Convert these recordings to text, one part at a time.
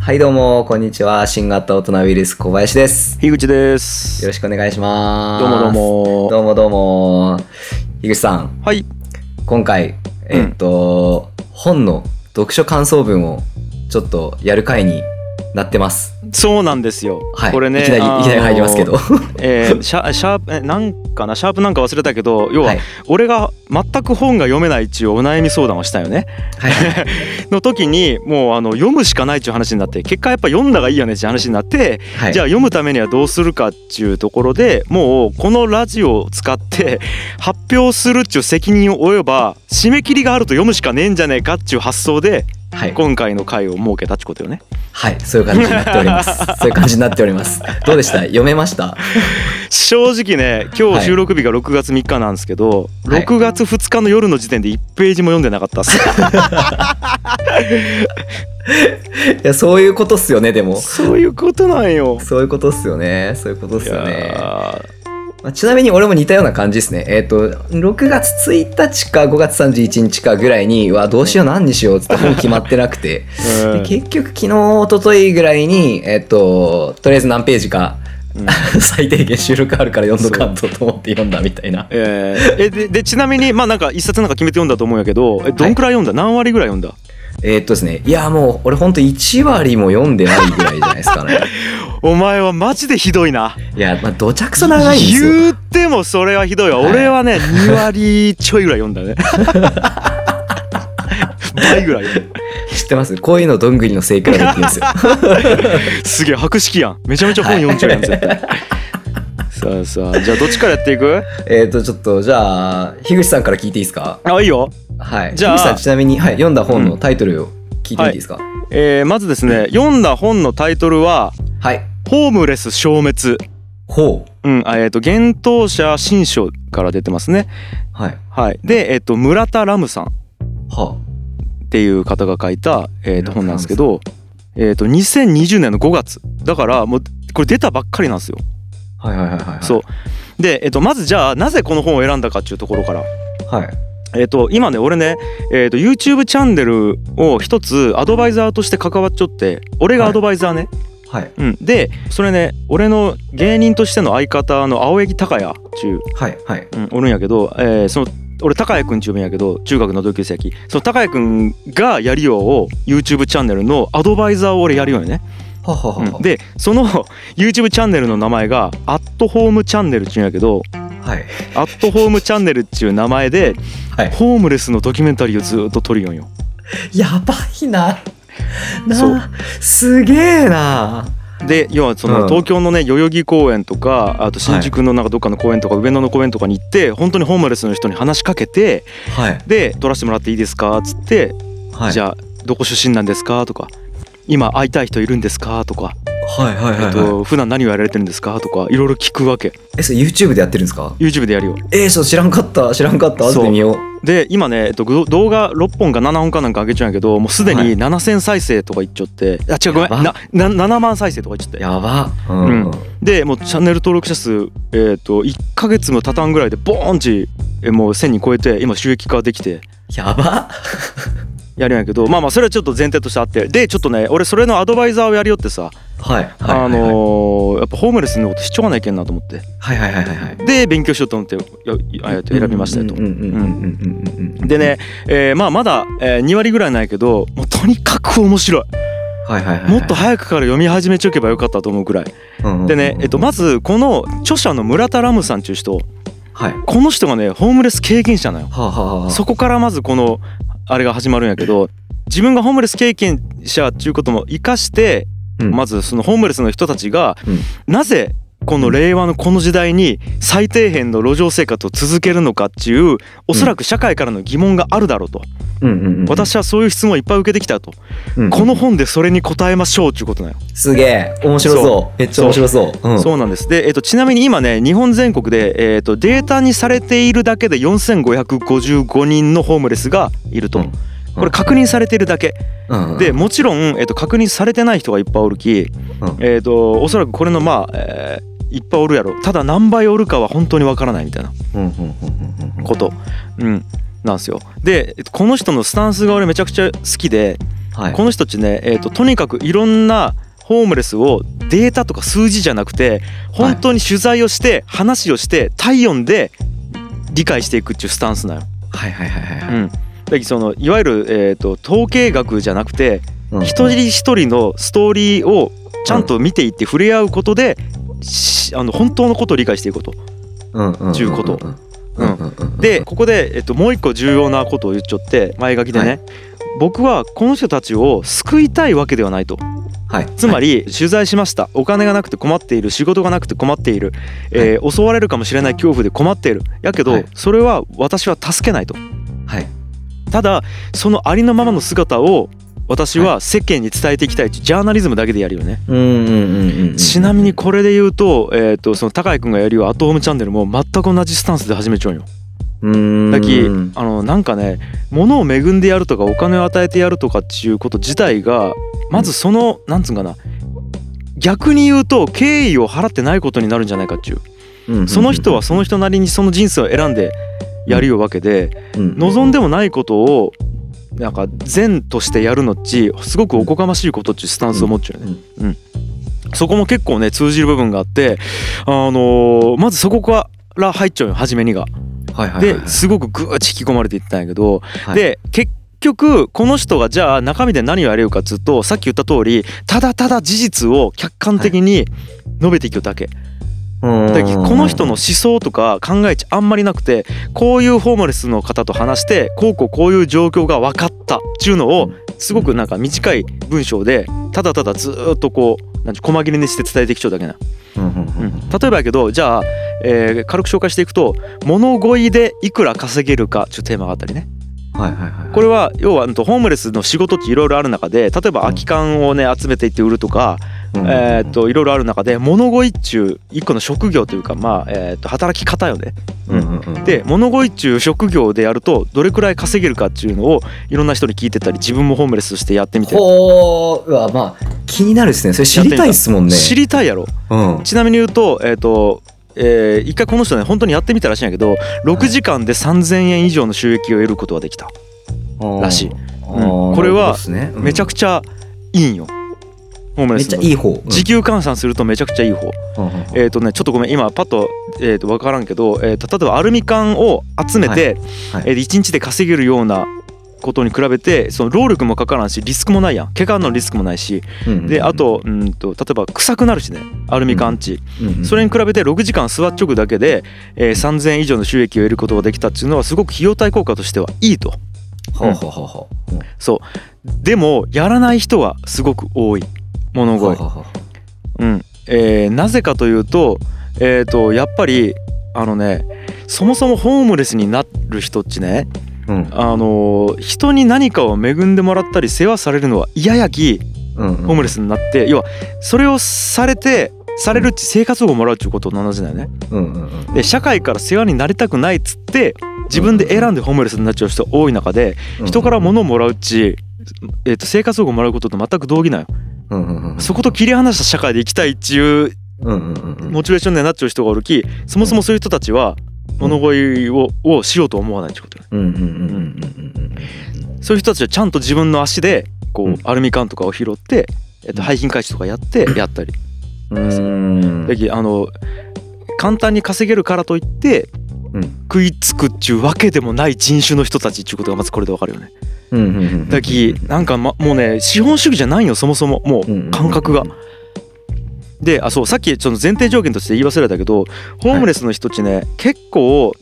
はいどうもこんにちは新型大人ウイルス小林です樋口でよすろ。しくお願いしますどうもどうも。どうもどうも樋口さんはい。今回えっと、本の読書感想文をちょっとやる回になってますそうなんですよ。はいこれね、いきなりあいのきなり入り ますけど。えーシャシャープえなんかなシャープなんか忘れたけど、要は、はい俺が全く本が読めないっちゅうお悩み相談をしたよね。はいの時にもうあの読むしかないっちゅう話になって、結果やっぱ読んだがいいよねっちゅう話になって、はい じゃあ読むためにはどうするかっちゅうところで、もうこのラジオを使って発表するっちゅう責任を負えば締め切りがあると読むしかねえんじゃねえかっちゅう発想で、はい今回の回を設けたっちゅうことよね。はいそういう感じになっております そういう感じになっておりますどうでした読めました正直ね今はい日収録日が6月3日なんですけど、はい6月2日の夜の時点で1ページも読んでなかったっ すいやそういうことっすよねでもそういうことなんよ。そういうことっすよねそういうことっすよいねやまあ、ちなみに俺も似たような感じですね。えっ、と、6月1日か5月31日かぐらいに、はどうしよう何にしようっつって本決まってなくて、ーで結局昨日、一昨日ぐらいに、えっ、と、とりあえず何ページか、うん 最低限収録あるから読んどかんとと思って読んだみたいな。えーえででちなみにまあなんか一冊なんか決めて読んだと思うんやけどえどんくらい読んだ、何割ぐらい読んだえっ、とですね、いやもう俺ほんと1割も読んでないぐらいじゃないですか ね。お前はマジでひどいないや、まあ、どちゃくそ長いんですよ。言ってもそれはひどいわ、はい俺はね2割ちょいぐらい読ん だね倍ぐらい読んだ知ってますこういうのどんぐりの生からできるん ですよ。すげえ博識やんめちゃめちゃ本読んじゃ うやん絶対さあさあじゃあどっちからやっていくえっと、ちょっと、じゃあ、樋口さんから聞いていいですかあいいよ、はい。じじゃあゃあ、さんちなみに、はい、読んだ本のタイトルを聞いてみていいですか、えーまずですね読んだ本のタイトルははい、 「ホームレス消滅」ほう。うんあえっ、と「幻冬者新書」から出てますねはい。はいでえっ、と村田ラムさんはっていう方が書いた、え村ーと田本なんですけど、えー、と2020年の5月だからもうこれ出たばっかりなんですよ。あ。はいはいはいはい。そう。で、えー、とまずじゃあなぜこの本を選んだかっていうところから、はい。えー、と今ね俺ね、えー、と YouTube チャンネルを一つアドバイザーとして関わっちょって俺がアドバイザーね、はい。うん、でそれね俺の芸人としての相方の青柳高也っていう、はい。はい。うん、おるんやけど、えーその俺高谷くんちゅうんやけど中学の同級生やきその高谷くんがやりようを YouTube チャンネルのアドバイザーを俺やるようよね、はははうん、でその YouTube チャンネルの名前が「アットホームチャンネル」っちゅうんやけどはい。 「アットホームチャンネル」っちゅう名前ではい。ホームレスのドキュメンタリーをずーっと撮るよんよやばいな。そなうすげえな。で要はそのうん東京のね代々木公園とかあと新宿のなんかどっかの公園とか上野の公園とかに行って本当にホームレスの人に話しかけてはい。で撮らせてもらっていいですかっつってはい。じゃゃあどこ出身なんですかとか今会いたい人いるんですかとか、はいはいはい、えっはい。と、普段何をやられてるんですかとかいろいろ聞くわけえ、それ YouTube でやってるんですか YouTube でやるよえー、そう、知らんかった。知らんかった。後で見よう。で今ね、えっと、ど動画6本か7本かなんか上げちゃうんやけどもうすではいに7,000再生とかいっちゃってあ違うごめやばんなな7万再生とかいっちゃってやば。うん。うんでもうチャンネル登録者数、えっと1ヶ月も経たんぐらいでボーンちえもう1,000人超えて今収益化できてやば。やるんやけどまあまあそれはちょっと前提としてあってでちょっとね俺それのアドバイザーをやるよってさはい。はいあのーやっぱホームレスのことしちょうがないけんなと思ってはいはいはいはいはい。で勉強しようと思ってよよえっと選びましたよとうん。うんうんうんうんうんうん。でね、えーまあまだ、え2割ぐらいないけどもうとにかく面白いはいはいはいはい。もっと早くから読み始めちゃけばよかったと思うぐらいうんうんうんうんでね、えっと、まずこの著者の村田ラムさんっていう人はい。はこの人がねホームレス経験者なのよあ、はあはあ、そこからまずこのあれが始まるんやけど自分がホームレス経験者っていうことも生かしてうんまずそのホームレスの人たちがうんなぜこの令和のこの時代に最底辺の路上生活を続けるのかっていうおそらく社会からの疑問があるだろうとうんうんうんうん、私はそういう質問をいっぱい受けてきたとうんこの本でそれに答えましょうっていうことなのよすげえ面白そうめっちゃ面白そううんそうなんですで、えっと、ちなみに今ね日本全国で、えっと、データにされているだけで4555人のホームレスがいると、うんこれ確認されているだけうんうんでもちろん、えっと、確認されてない人がいっぱいおるき、うんえっとおそらくこれのまあ、えーいっぱいおるやろただ何倍おるかは本当にわからないみたいなうんうんうんうんうんこと、うん、なんですよでえっとこの人のスタンスが俺めちゃくちゃ好きではい。この人たちね、えー、ととにかくいろんなホームレスをデータとか数字じゃなくて本当に取材をして話をして体温で理解していくっていうスタンスなの。はいはいはいはいはうい。ん、だけどそのいわゆる、えー、と統計学じゃなくてうん一人一人のストーリーをちゃんと見ていって触れ合うことでしあの本当のことを理解していくこと。うんうんうんうんちゅうことうんうんうん。でここで、えっと、もう一個重要なことを言っちゃって前書きでね、は僕はこの人たちを救いたいわけではないとはい、つまり、取材しましたお金がなくて困っている仕事がなくて困っている、えー襲われるかもしれない恐怖で困っているやけど、はいそれは私は助けないとはい、はいただそのありのままの姿を私は世間に伝えていきたいってジャーナリズムだけでやるよね、うんうんうんうんうん。ちなみにこれで言うと,、えー、とその高井君がやるよ「アットホームチャンネル」も全く同じスタンスで始めちゃうんようーん、だきあのなんかね物を恵んでやるとかお金を与えてやるとかっていうこと自体がまずそのなんつうんかな逆に言うと敬意を払ってないことになるんじゃないかっていううんその人は、その人なりにその人生を選んでやるよわけで望んで、でもないことをなんか善としてやるのっちすごくおこがましいことっちいうスタンスを持っちゃうよね。うんそこも結構ね通じる部分があってあのーまずそこから入っちゃうよ初めにが。はいはいはいはい、ですごくぐーっと引き込まれていったんやけど、はいで結局この人がじゃあ中身で何をやれるかっつうとさっき言った通りただただ事実を客観的に述べていくだけ、うんだからこの人の思想とか考え値あんまりなくてこういうホームレスの方と話してこうこうこういう状況が分かったっていうのうをんすごくなんか短い文章でただただずーっとこうなんて細切れにして伝えてきちゃうだけなうんうんうんうん例えばやけどじゃあ、えー軽く紹介していくと「物乞いでいくら稼げるか」っていうテーマがあったりねはいはいはいこれは要はうんとホームレスの仕事っていろいろある中で例えば空き缶をね集めていって売るとか、うんえーっといろいろある中で物乞いっちゅう一個の職業というかまあ、えーっと働き方よね。うんうんうんで物乞いっちゅう職業でやるとどれくらい稼げるかっていうのをいろんな人に聞いてたり自分もホームレスとしてやってみてほーうわまあ気になるですねそれ知りたいっすもんね知りたいやろうんちなみに言うと、えっ、と、えー一回この人ね本当にやってみたらしいんやけど6時間で3,000円以上の収益を得ることができた、らしいうんこれはめちゃくくちゃいいんよホームめレっスちゃのいい方うん時給換算するとめちゃくちゃいい方うんうんえっ、とねちょっとごめん今パッと,、えー、と分からんけど、えー、と例えばアルミ缶を集めて、はいはいえ1日で稼げるようなことに比べてその労力もかからんしリスクもないやん怪我のリスクもないしうんうんであとうんと例えば臭くなるしねアルミ缶っち、うんうんそれに比べて6時間座っちょくだけで、えー3,000円以上の収益を得ることができたっていうのはすごく費用対効果としてはいいとほうほうほうほううんそうでもやらない人はすごく多い物ほう乞い、ほうほううんえーなぜかというと,、えー、とやっぱりあのねそもそもホームレスになる人っちね、うんあのー人に何かを恵んでもらったり世話されるのは嫌やきうんうんホームレスになって、要はそれをされてされるっち生活保護もらうっていうことと同じだよね。うんうんうんで社会から世話になりたくないっつって自分で選んでホームレスになっちゃう人多い中で人から物をもらううち、えー、と生活保護もらうことと全く同義なんようんうんうんそこと切り離した社会で生きたいっちゅうんうんうんううんモチベーションになっちゃう人がおるきそもそもそういう人たちは物乞いををしようと思わないってことねうんうんうんうんうんそういう人たちはちゃんと自分の足でこうんうアルミ缶とかを拾って、えー、と廃品回収とかやってやったりうんうんだけあの簡単に稼げるからといって、うん食いつくっちゅうわけでもない人種の人たちっちゅうことがまずこれでわかるよね。うんうんうんうんだきなんか、ま、もうね資本主義じゃないよそもそももうんうんううん感覚が。であそうさっきちょっと前提条件として言い忘れたけどホームレスの人っちね、結構、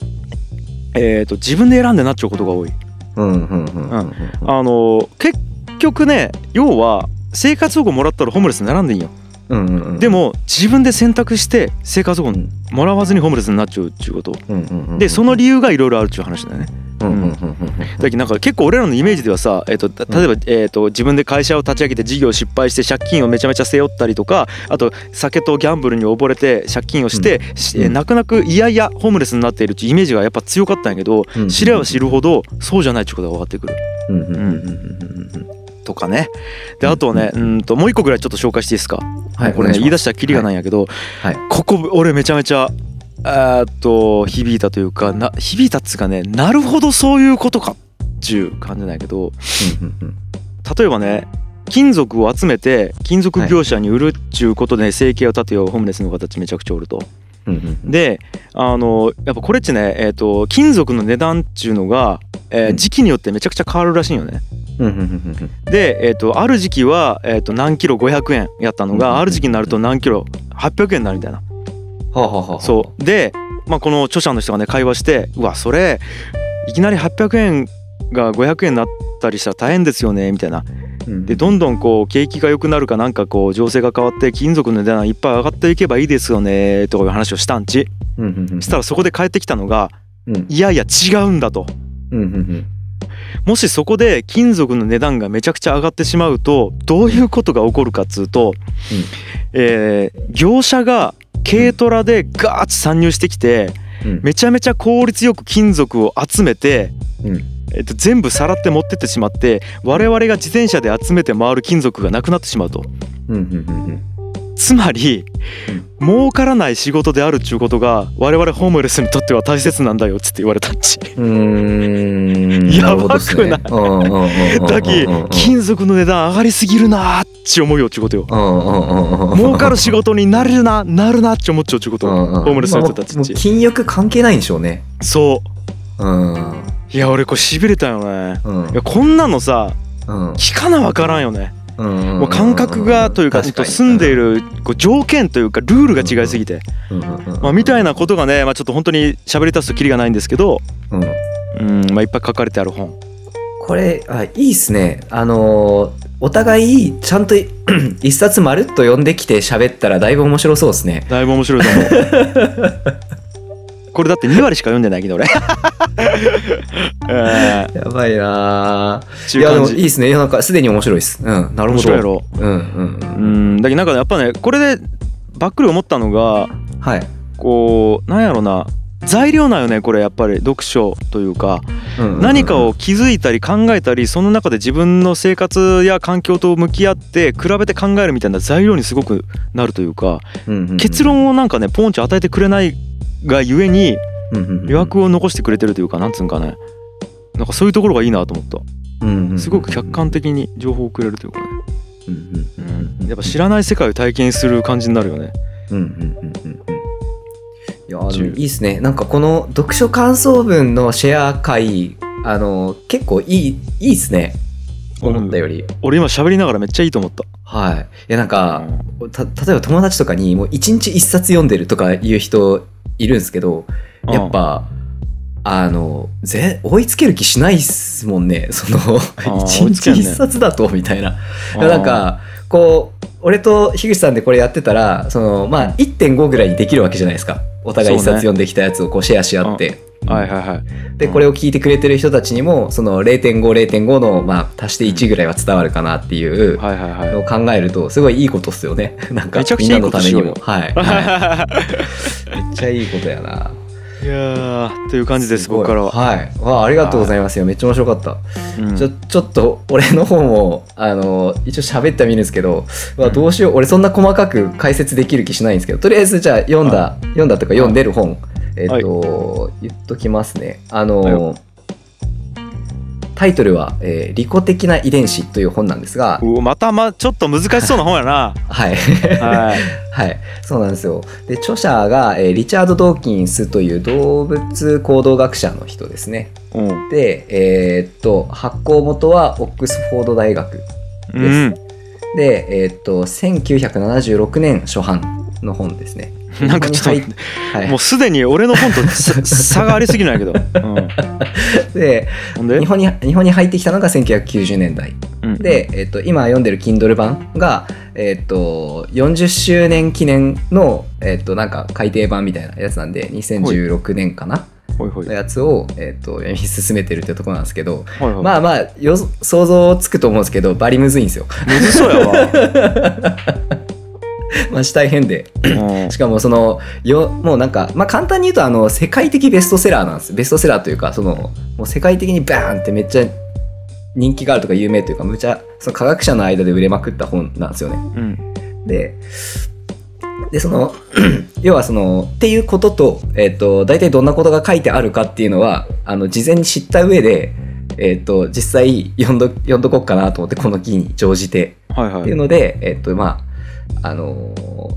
えー、と自分で選んでなっちゃうことが多い。うんうんうんうんうんあの結局ね要は生活保護もらったらホームレスにならんでいいよ。うんうんうんでも自分で選択して生活保う護んもらわずにホームレスになっちゃうっちゅうこと。うんうんうんでその理由がいろいろあるっちゅう話だよね。うんうんうんうんうんだけどなんか結構俺らのイメージではさ、えっとた例えば、えっと自分で会社を立ち上げて事業を失敗して借金をめちゃめちゃ背負ったりとかあと酒とギャンブルに溺れて借金をして、しえー泣く泣くいやいやホームレスになっているっていうイメージがやっぱ強かったんやけど、うん知れば知るほどそうじゃないってことが分かってくるうんうんうんうんうんうんとかね。であとはねうんともう一個ぐらいちょっと紹介していいですか、はいこれね言い出したらキリがないんやけど、はいここ俺めちゃめちゃ。えーっと響いたというかな響いたっつうかねなるほどそういうことかっちゅう感じなんやけど、うんうん例えばね金属を集めて金属業者に売るっちゅうことでね生計を立てようホームレスの方たちめちゃくちゃおると。うんうんうんであのやっぱこれっちね、えー、と金属の値段っちゅうのが、えーうん時期によってめちゃくちゃ変わるらしいんよね。うんうんうんうんで、えー、とある時期は、えー、と何キロ500円やったのうんうんうがんある時期になると何キロ800円になるみたいな。はあはあはあそうで、まあ、この著者の人がね会話して「うわそれいきなり800円が500円になったりしたら大変ですよね」みたいな。うんでどんどんこう景気が良くなるかなんかこう情勢が変わって金属の値段いっぱい上がっていけばいいですよねとかいう話をしたんち。うんうんうんしたらそこで帰ってきたのがうんいやいや違うんだとうんうんうんもしそこで金属の値段がめちゃくちゃ上がってしまうとどういうことが起こるかっつうと、えー業者が軽トラでガーッと参入してきてうんめちゃめちゃ効率よく金属を集めて、うんえっと、全部さらって持ってってしまって我々が自転車で集めて回る金属がなくなってしまうとうんうんうんうんつまり儲からない仕事であるっちゅうことが我々ホームレスにとっては大切なんだよっつって言われたんち。うーんやばるほくないどっすねうんうんうんうんうんだきうんうん金属の値段上がりすぎるなーっち思うよっちゅうことようんうんうんうん儲かる仕事になれるななるなっち思っちゃうっちゅうことうんうんホームレスの人たちまっあもうち金欲関係ないんでしょうねそうんういや俺これしびれたよねうんいやこんなのさうん聞かなわからんよねももう感覚がというかちょっと住んでいるこう条件というかルールが違いすぎてまあみたいな、なことがねまあちょっと本当に喋り出すとキリがないんですけどうん、うんまあいっぱい書かれてある本これあいいっすねあのーお互い ちゃんと一冊まるっと読んできて喋ったらだいぶ面白そうですねだいぶ面白いと 思うこれだって2割しか読んでないけど 俺えやばいなーーちいゅうやで感もじいいっすねいやなんかすでに面白いっすうんなるほ面ど白いやろうんうんう、んだけどなんかやっぱねこれでばっくり思ったのがはい、こうなんやろな材料なんよねこれやっぱり読書というかうんうんうん何かを気づいたり考えたりその中で自分の生活や環境と向き合って比べて考えるみたいな材料にすごくなるというかうんうんうん結論をなんかねポンチ与えてくれないがゆえにうんうんうん余白を残してくれてるというかなんつうんかねなんかそういうところがいいなと思っうんうんうんうたんすごく客観的に情報をくれるというかねうんうんうんやっぱ知らない世界を体験する感じになるよねうんうんうんうんうんいやーでも10いいですねなんかこの読書感想文のシェア会あのー結構いいいいですね思ったより、俺今喋りながらめっちゃいいと思ったはいいやなんかた例えば友達とかにもう一日一冊読んでるとかいう人いるんですけどうんやっぱ、あのぜ追いつける気しないっすもんね そのー一追いつけ日んね一冊だとみたいなうんなんかこう俺と樋口さんでこれやってたらそのまあ1.5ぐらいにできるわけじゃないですかお互い一そ冊うね読んできたやつをこうシェアし合って、はいはいはいでこれを聞いてくれてる人たちにもその0.50.5のまあ足して1ぐらいは伝わるかなっていうはいはいはいのを考えるとすごいいいことっすよね なんかめちゃくみんちゃいないのことたしめよにうよもはい、 はいめっちゃいいことやない やーという感じですごい僕からは、はいわあありがとうございますよめっちゃ面白かったうんちょちょっと俺の方もあの一応喋ってはみるんですけど、まあ、どうしよう俺そんな細かく解説できる気しないんですけどとりあえずじゃあ読んだ、読んだというか読んでる本、えっ、と、言っときますねあの、タイトルは、えー利己的な遺伝子」という本なんですが、うおまたまちょっと難しそうな本 やなはい、はいはい、そうなんですよ。で、著者が、えーリチャード・ドーキンスという動物行動学者の人ですね。うん、で、えーっと、発行元はオックスフォード大学。うん、で、えーっと、1976年初版の本ですね。 なんかちょっとはい。もうすでに俺の本と さ差がありすぎないけど、うん、で、ほんで日本に、日本に入ってきたのが1990年代。うんで、えーっと、今読んでる Kindle 版が、えーっと、40周年記念の、えーっと、なんか改訂版みたいなやつなんで、2016年かな。ほいほいのやつを、えー、と読み進めてるってところなんですけどほいほいまあまあよ想像つくと思うんですけどバリむずいんですよ むずそうやわ、まし大変でうんしかもそのよもうなんか、まあ、簡単に言うとあの世界的ベストセラーなんですベストセラーというかそのもう世界的にバーンってめっちゃ人気があるとか有名というかむちゃその科学者の間で売れまくった本なんですよね。うんででその 要はそのっていうことと,、えっと大体どんなことが書いてあるかっていうのはあの事前に知った上でえっと実際読んど読んどこっかなと思ってこの機に乗じてはいっはていういので、えっとまああのー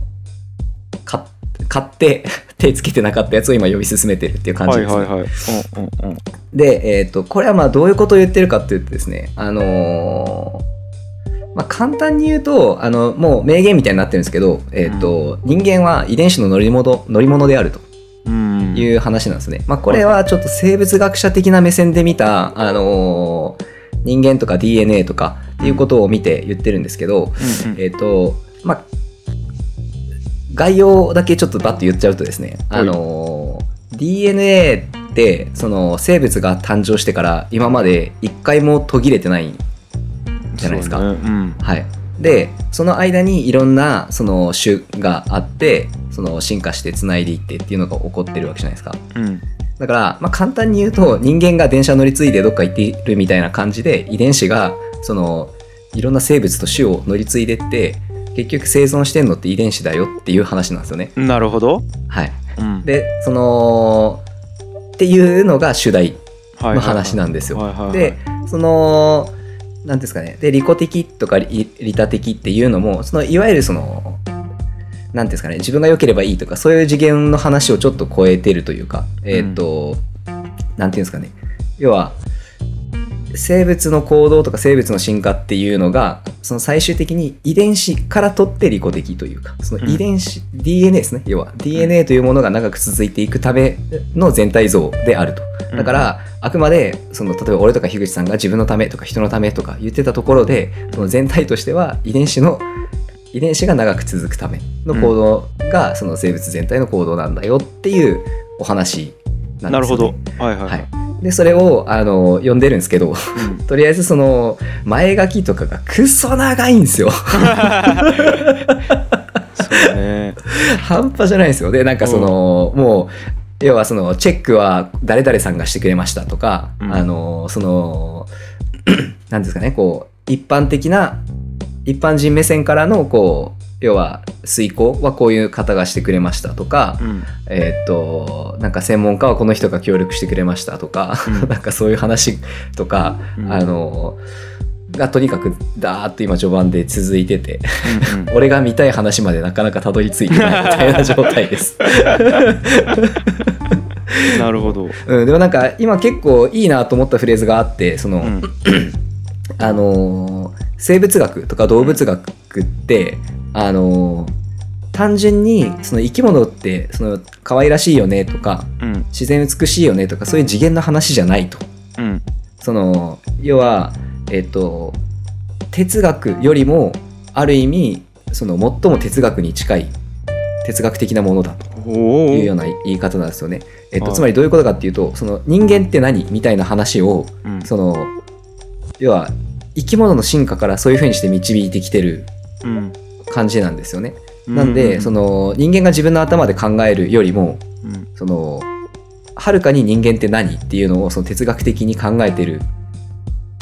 買っ買って 手つけてなかったやつを今読み進めてるっていう感じではいすね、はいはいうんうんうんで、えっとこれはまあどういうことを言ってるかっていうとですねあのーまあ、簡単に言うとあのもう名言みたいになってるんですけど、えっと人間は遺伝子の乗り物乗り物であるとうんいう話なんですね。まあ、これはちょっと生物学者的な目線で見た、あのー人間とか DNA とかっていうことを見て言ってるんですけど、うんうんえっ、と、まあ、概要だけちょっとバッと言っちゃうとですね、はいあのー DNA ってその生物が誕生してから今まで一回も途切れてないじゃないですかそうねうんはい、でその間にいろんなその種があってその進化してつないでいってっていうのが起こってるわけじゃないですかうんだから、まあ、簡単に言うと人間が電車乗り継いでどっか行ってるみたいな感じで遺伝子がそのいろんな生物と種を乗り継いでって結局生存してんのって遺伝子だよっていう話なんですよね。なるほどはい、うんでそのっていうのが主題はいはいはのい話なんですよ。はいはいはいでその何ですかねで利己的とか利利他的っていうのもそのいわゆるその何ですかね自分が良ければいいとかそういう次元の話をちょっと超えてるというかえっ、と何、なん、ていうんですかね要は生物の行動とか生物の進化っていうのがその最終的に遺伝子から取って利己的というかその遺伝子、DNA ですね要は DNA というものが長く続いていくための全体像であるとだから、あくまでその例えば俺とか樋口さんが自分のためとか人のためとか言ってたところでその全体としては遺伝子の遺伝子が長く続くための行動が、その生物全体の行動なんだよっていうお話なんですよ、ね。なるほどはいはいははいい、でそれをあの読んでるんですけどうんとりあえずその前書きとかがクソ長いんですよそうね半端じゃないんですよでなんかその、もう要はそのチェックは誰々さんがしてくれましたとか、うんあのその なんですかねこう一般的な一般人目線からのこう要は遂行はこういう方がしてくれましたとか、うんえーっとなんか専門家はこの人が協力してくれましたとか、 うんなんかそういう話とか、うんあのがとにかくダーッと今序盤で続いててうんうん俺が見たい話までなかなかたどり着いてないみたいな状態 です、なるほどうん、でもなんか今結構いいなと思ったフレーズがあってその、うんあのー生物学とか動物学って、あのー単純にその生き物ってその可愛らしいよねとかうん自然美しいよねとかそういう次元の話じゃないと。うんその要は、えっと哲学よりもある意味その最も哲学に近い哲学的なものだとおいうようおな言い方なんですよね。えっとはいつまりどういうことかっていうとその人間って何みたいな話をうんその要は生き物の進化からそういうふうにして導いてきてるうん感じなんですよね。うなんでその人間が自分の頭で考えるよりもうんそのはるかに人間って何っていうのをその哲学的に考えてる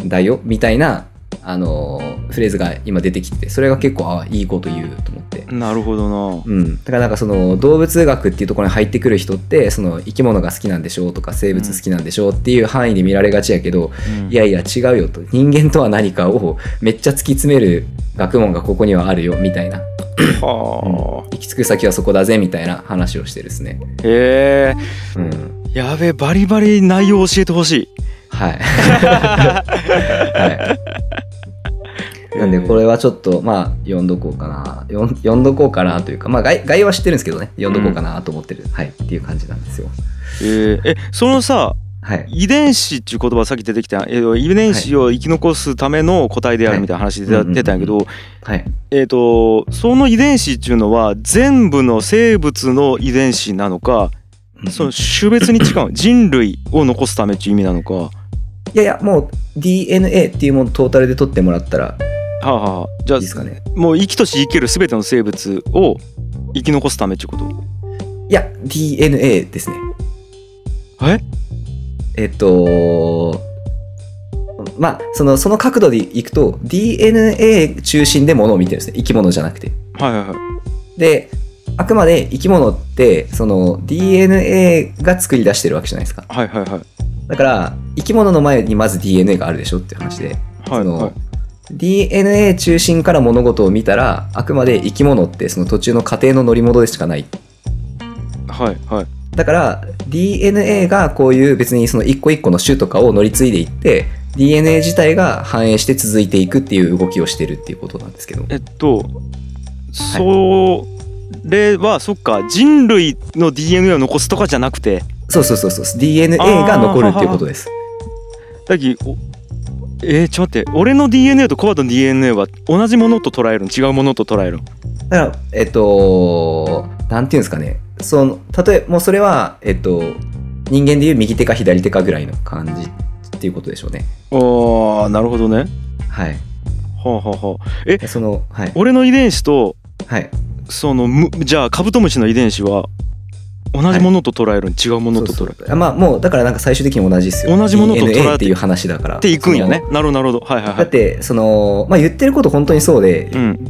んだよみたいなあのフレーズが今出てきててそれが結構あいいこと言うと思って。なるほどなうん、だからなんかその動物学っていうところに入ってくる人ってその生き物が好きなんでしょうとか生物好きなんでしょうっていう範囲で見られがちやけど、うんいやいや違うよと人間とは何かをめっちゃ突き詰める学問がここにはあるよみたいなは行き着く先はそこだぜみたいな話をしてですね。あへえうんやべえバリバリ内容教えてほし はい。はい。なんでこれはちょっとまあ読んどこうかな読ん読んどこうかなというかまあ概概要は知ってるんですけどね読んどこうかなと思ってる、はいっていう感じなんですよいええそのさはい遺伝子っていう言葉さっき出てきたえー遺伝子を生き残すための個体であるみたいな話では出い出たんやけどはいえーとその遺伝子っていうのは全部の生物の遺伝子なのかその種別に違う人類を残すためっていう意味なのかはいやいやもう DNA っていうものトータルで取ってもらったらあはあじゃいあいですかねもう生きとし生ける全ての生物を生き残すためっていうこといや DNA ですねええっとまあそのその角度でいくと DNA 中心でものを見てるんですね生き物じゃなくてはいはいはいであくまで生き物ってその DNA が作り出してるわけじゃないですかはいはいはいだから生き物の前にまず DNA があるでしょっていう話で、はいそのはい DNA 中心から物事を見たらあくまで生き物ってその途中の過程の乗り物でしかないはいはいだから DNA がこういう別にその一個一個の種とかを乗り継いでいって DNA 自体が繁栄して続いていくっていう動きをしてるっていうことなんですけどえっとそれはそっか人類の DNA を残すとかじゃなくてそうそうそうそう DNA が残るっていうことですだっきおえー、ちょっと待って俺の DNA とコバの DNA は同じものと捉えるの違うものと捉えるのだからえっとなんていうんですかねその例えもうそれはえっと人間でいう右手か左手かぐらいの感じっていうことでしょうねああなるほどねはいほうほうほうそのはい俺の遺伝子とはいそのむじゃあカブトムシの遺伝子は同じものと捉えるの、違うものと捉えるあまあもうだからなんか最終的に同じですよ同じものと捉えて DNA っていう話だからっていくんやねなるほどなるほどはいはいはだっいてその、まあ、言ってること本当にそうで、うん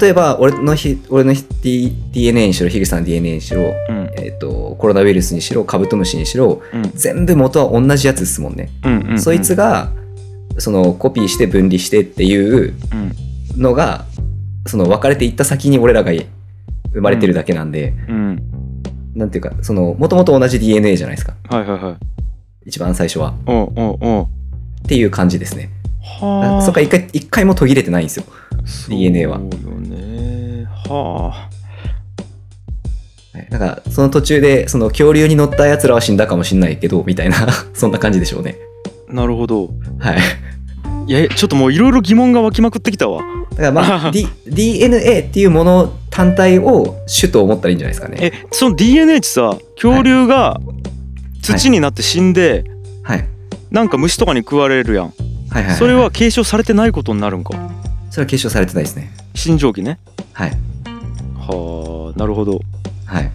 例えば俺のひ俺のひ D- DNA にしろ樋口さんの DNA にしろ、うんえっとコロナウイルスにしろカブトムシにしろうん全部元は同じやつですもんね、うんうんうんそいつがそのコピーして分離してっていううんのがその分かれていった先に俺らが生まれてるだけなんで、うんなんていうかそのもともと同じ DNA じゃないですかはいはいはい一番最初はっおうおうおうていう感じですねはあそっか一回一回も途切れてないんですよ DNA はそうよねははいなんかその途中でその恐竜に乗ったやつらは死んだかもしんないけどみたいな そんな感じでしょうねあなるほどはいいやちょっともういろいろ疑問が湧きまくってきたわだから まあ、D、DNA っていうもの単体を種と思ったらいいんじゃないですかねえその DNA ってさ恐竜が土になって死んで、はいなんか虫とかに食われるやん、はいはいいいそれは継承されてないことになるんかそれは継承されてないですね新蒸気ねはいはあなるほどはいっ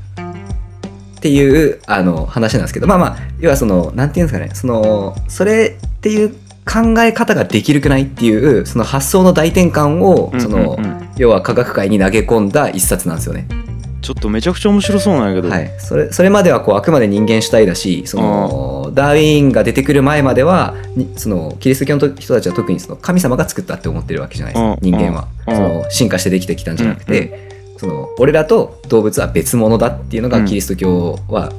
ていうあの話なんですけどまあまあ要はそのなんていうんですかねそのそれっていう考え方ができるくないっていうその発想の大転換をその、うんうんうん要は科学界に投げ込んだ一冊なんですよねちょっとめちゃくちゃ面白そうなんやけど、はい、それそれまではこうあくまで人間主体だしそのダーウィンが出てくる前まではにそのキリスト教の人たちは特にその神様が作ったって思ってるわけじゃないですかうん人間はうんその進化してできてきたんじゃなくてその俺らと動物は別物だっていうのうがんキリスト教は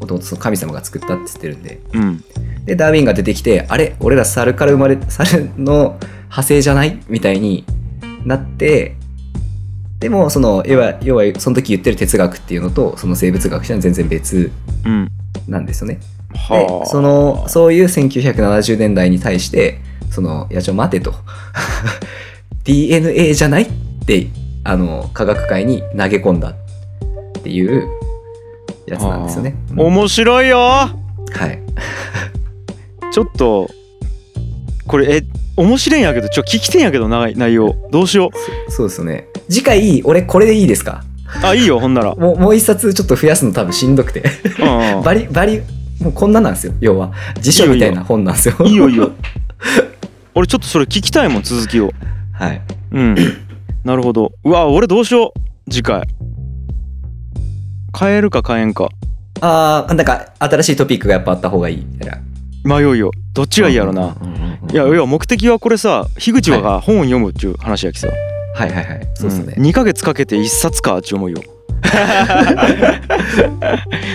もともとその神様が作ったって言ってるんでうんでダーウィンが出てきてあれ俺ら猿から生まれ猿の派生じゃないみたいになってでもその要は要はその時言ってる哲学っていうのとその生物学っていうのは全然別うんなんですよね。ではあそのそういう1970年代に対してそのいやちょ待てと DNA じゃないってあの科学界に投げ込んだっていうやつなんですよね。うん面白いよはいちょっとこれえ面白いんやけどちょ聞きてんやけど内内容どうしようそうですよね。次回、俺これでいいですかあいいよほんなら、うんもうもう一冊ちょっと増やすの多分しんどくて。う バリ、バリ、もうこんななんですよ。要は。辞書みたいな本なんですよ。ん、いいよいいよ俺ちょっとそれ聞きたいもん続きを はい。うん。なるほど。うわ、俺どうしよう。次回。変えるか変えんか。あー、なんか新しいトピックがやっぱあった方がいい。迷うよ。どっちがいいやろな。うんうんうんうん。いや、要は目的はこれさ、樋口はが本を読むっていう話やきさ。はいはいはい。そうですね。 2ヶ月かけて1冊かって 思うよ。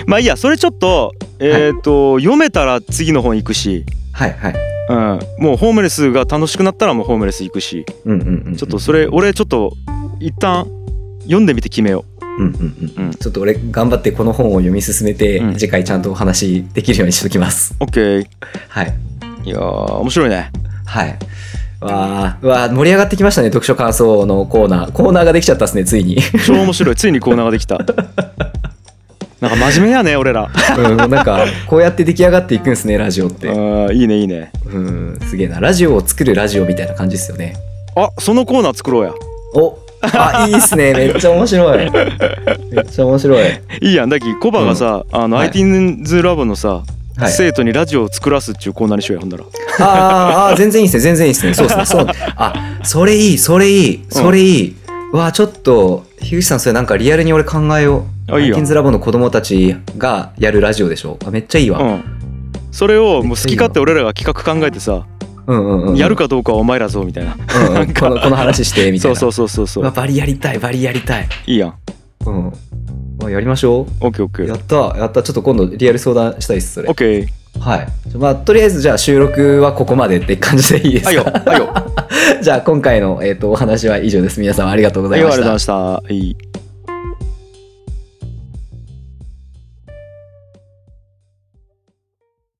まあいいや、それちょっと、えっ、と、読めたら次の本行くし。はいはい。うん、もうホームレスが楽しくなったらもうホームレス行くしうんうんうん。ちょっとそれ俺ちょっと一旦読んでみて決めようんうんうん。うんちょっと俺頑張ってこの本を読み進めて、うん次回ちゃんとお話できるようにしときます。う OK はい。いやー面白いねはい。わーうわー盛り上がってきましたね。読書感想のコーナー。コーナーができちゃったですね、ついに。 超面白いついにコーナーができたなんか真面目やね俺らうん、なんかこうやって出来上がっていくんですねラジオっあて、ーいいねいいねうん、すげえなラジオを作るラジオみたいな感じですよねあそのコーナー作ろうやお あいいっすねめっちゃ面白いめっちゃ面白いいいやんだっきコバがさ、あのはい IT's ラボのさ、はい生徒にラジオを作らすっちゅうコーナーにしようやほんならあーあー全然いいっすね全然いいっすねそうっすねそうあそれいいそれいいそれいい、わあちょっと樋口さんそれなんかリアルに俺考えようあいいよキンズラボの子供たちがやるラジオでしょあめっちゃいいわ、うんそれをもう好き勝手俺らが企画考えてさうんうんうん、やるかどうかはお前らぞみたいなうんうんなんこかのこの話してみたいそうなそうそうそうそうわうバリやりたいバリやりたいいいやんうんあやりましょオッケーオッケうーやったやったちょっと今度リアル相談したいっすそオッれケーはいじゃまあとりあえずじゃあ収録はここまでって感じでいいですか はいよはいよじゃあ今回の、えー、とお話は以上です皆様ありがとうごはざいいよまあしりがとうございたましたはい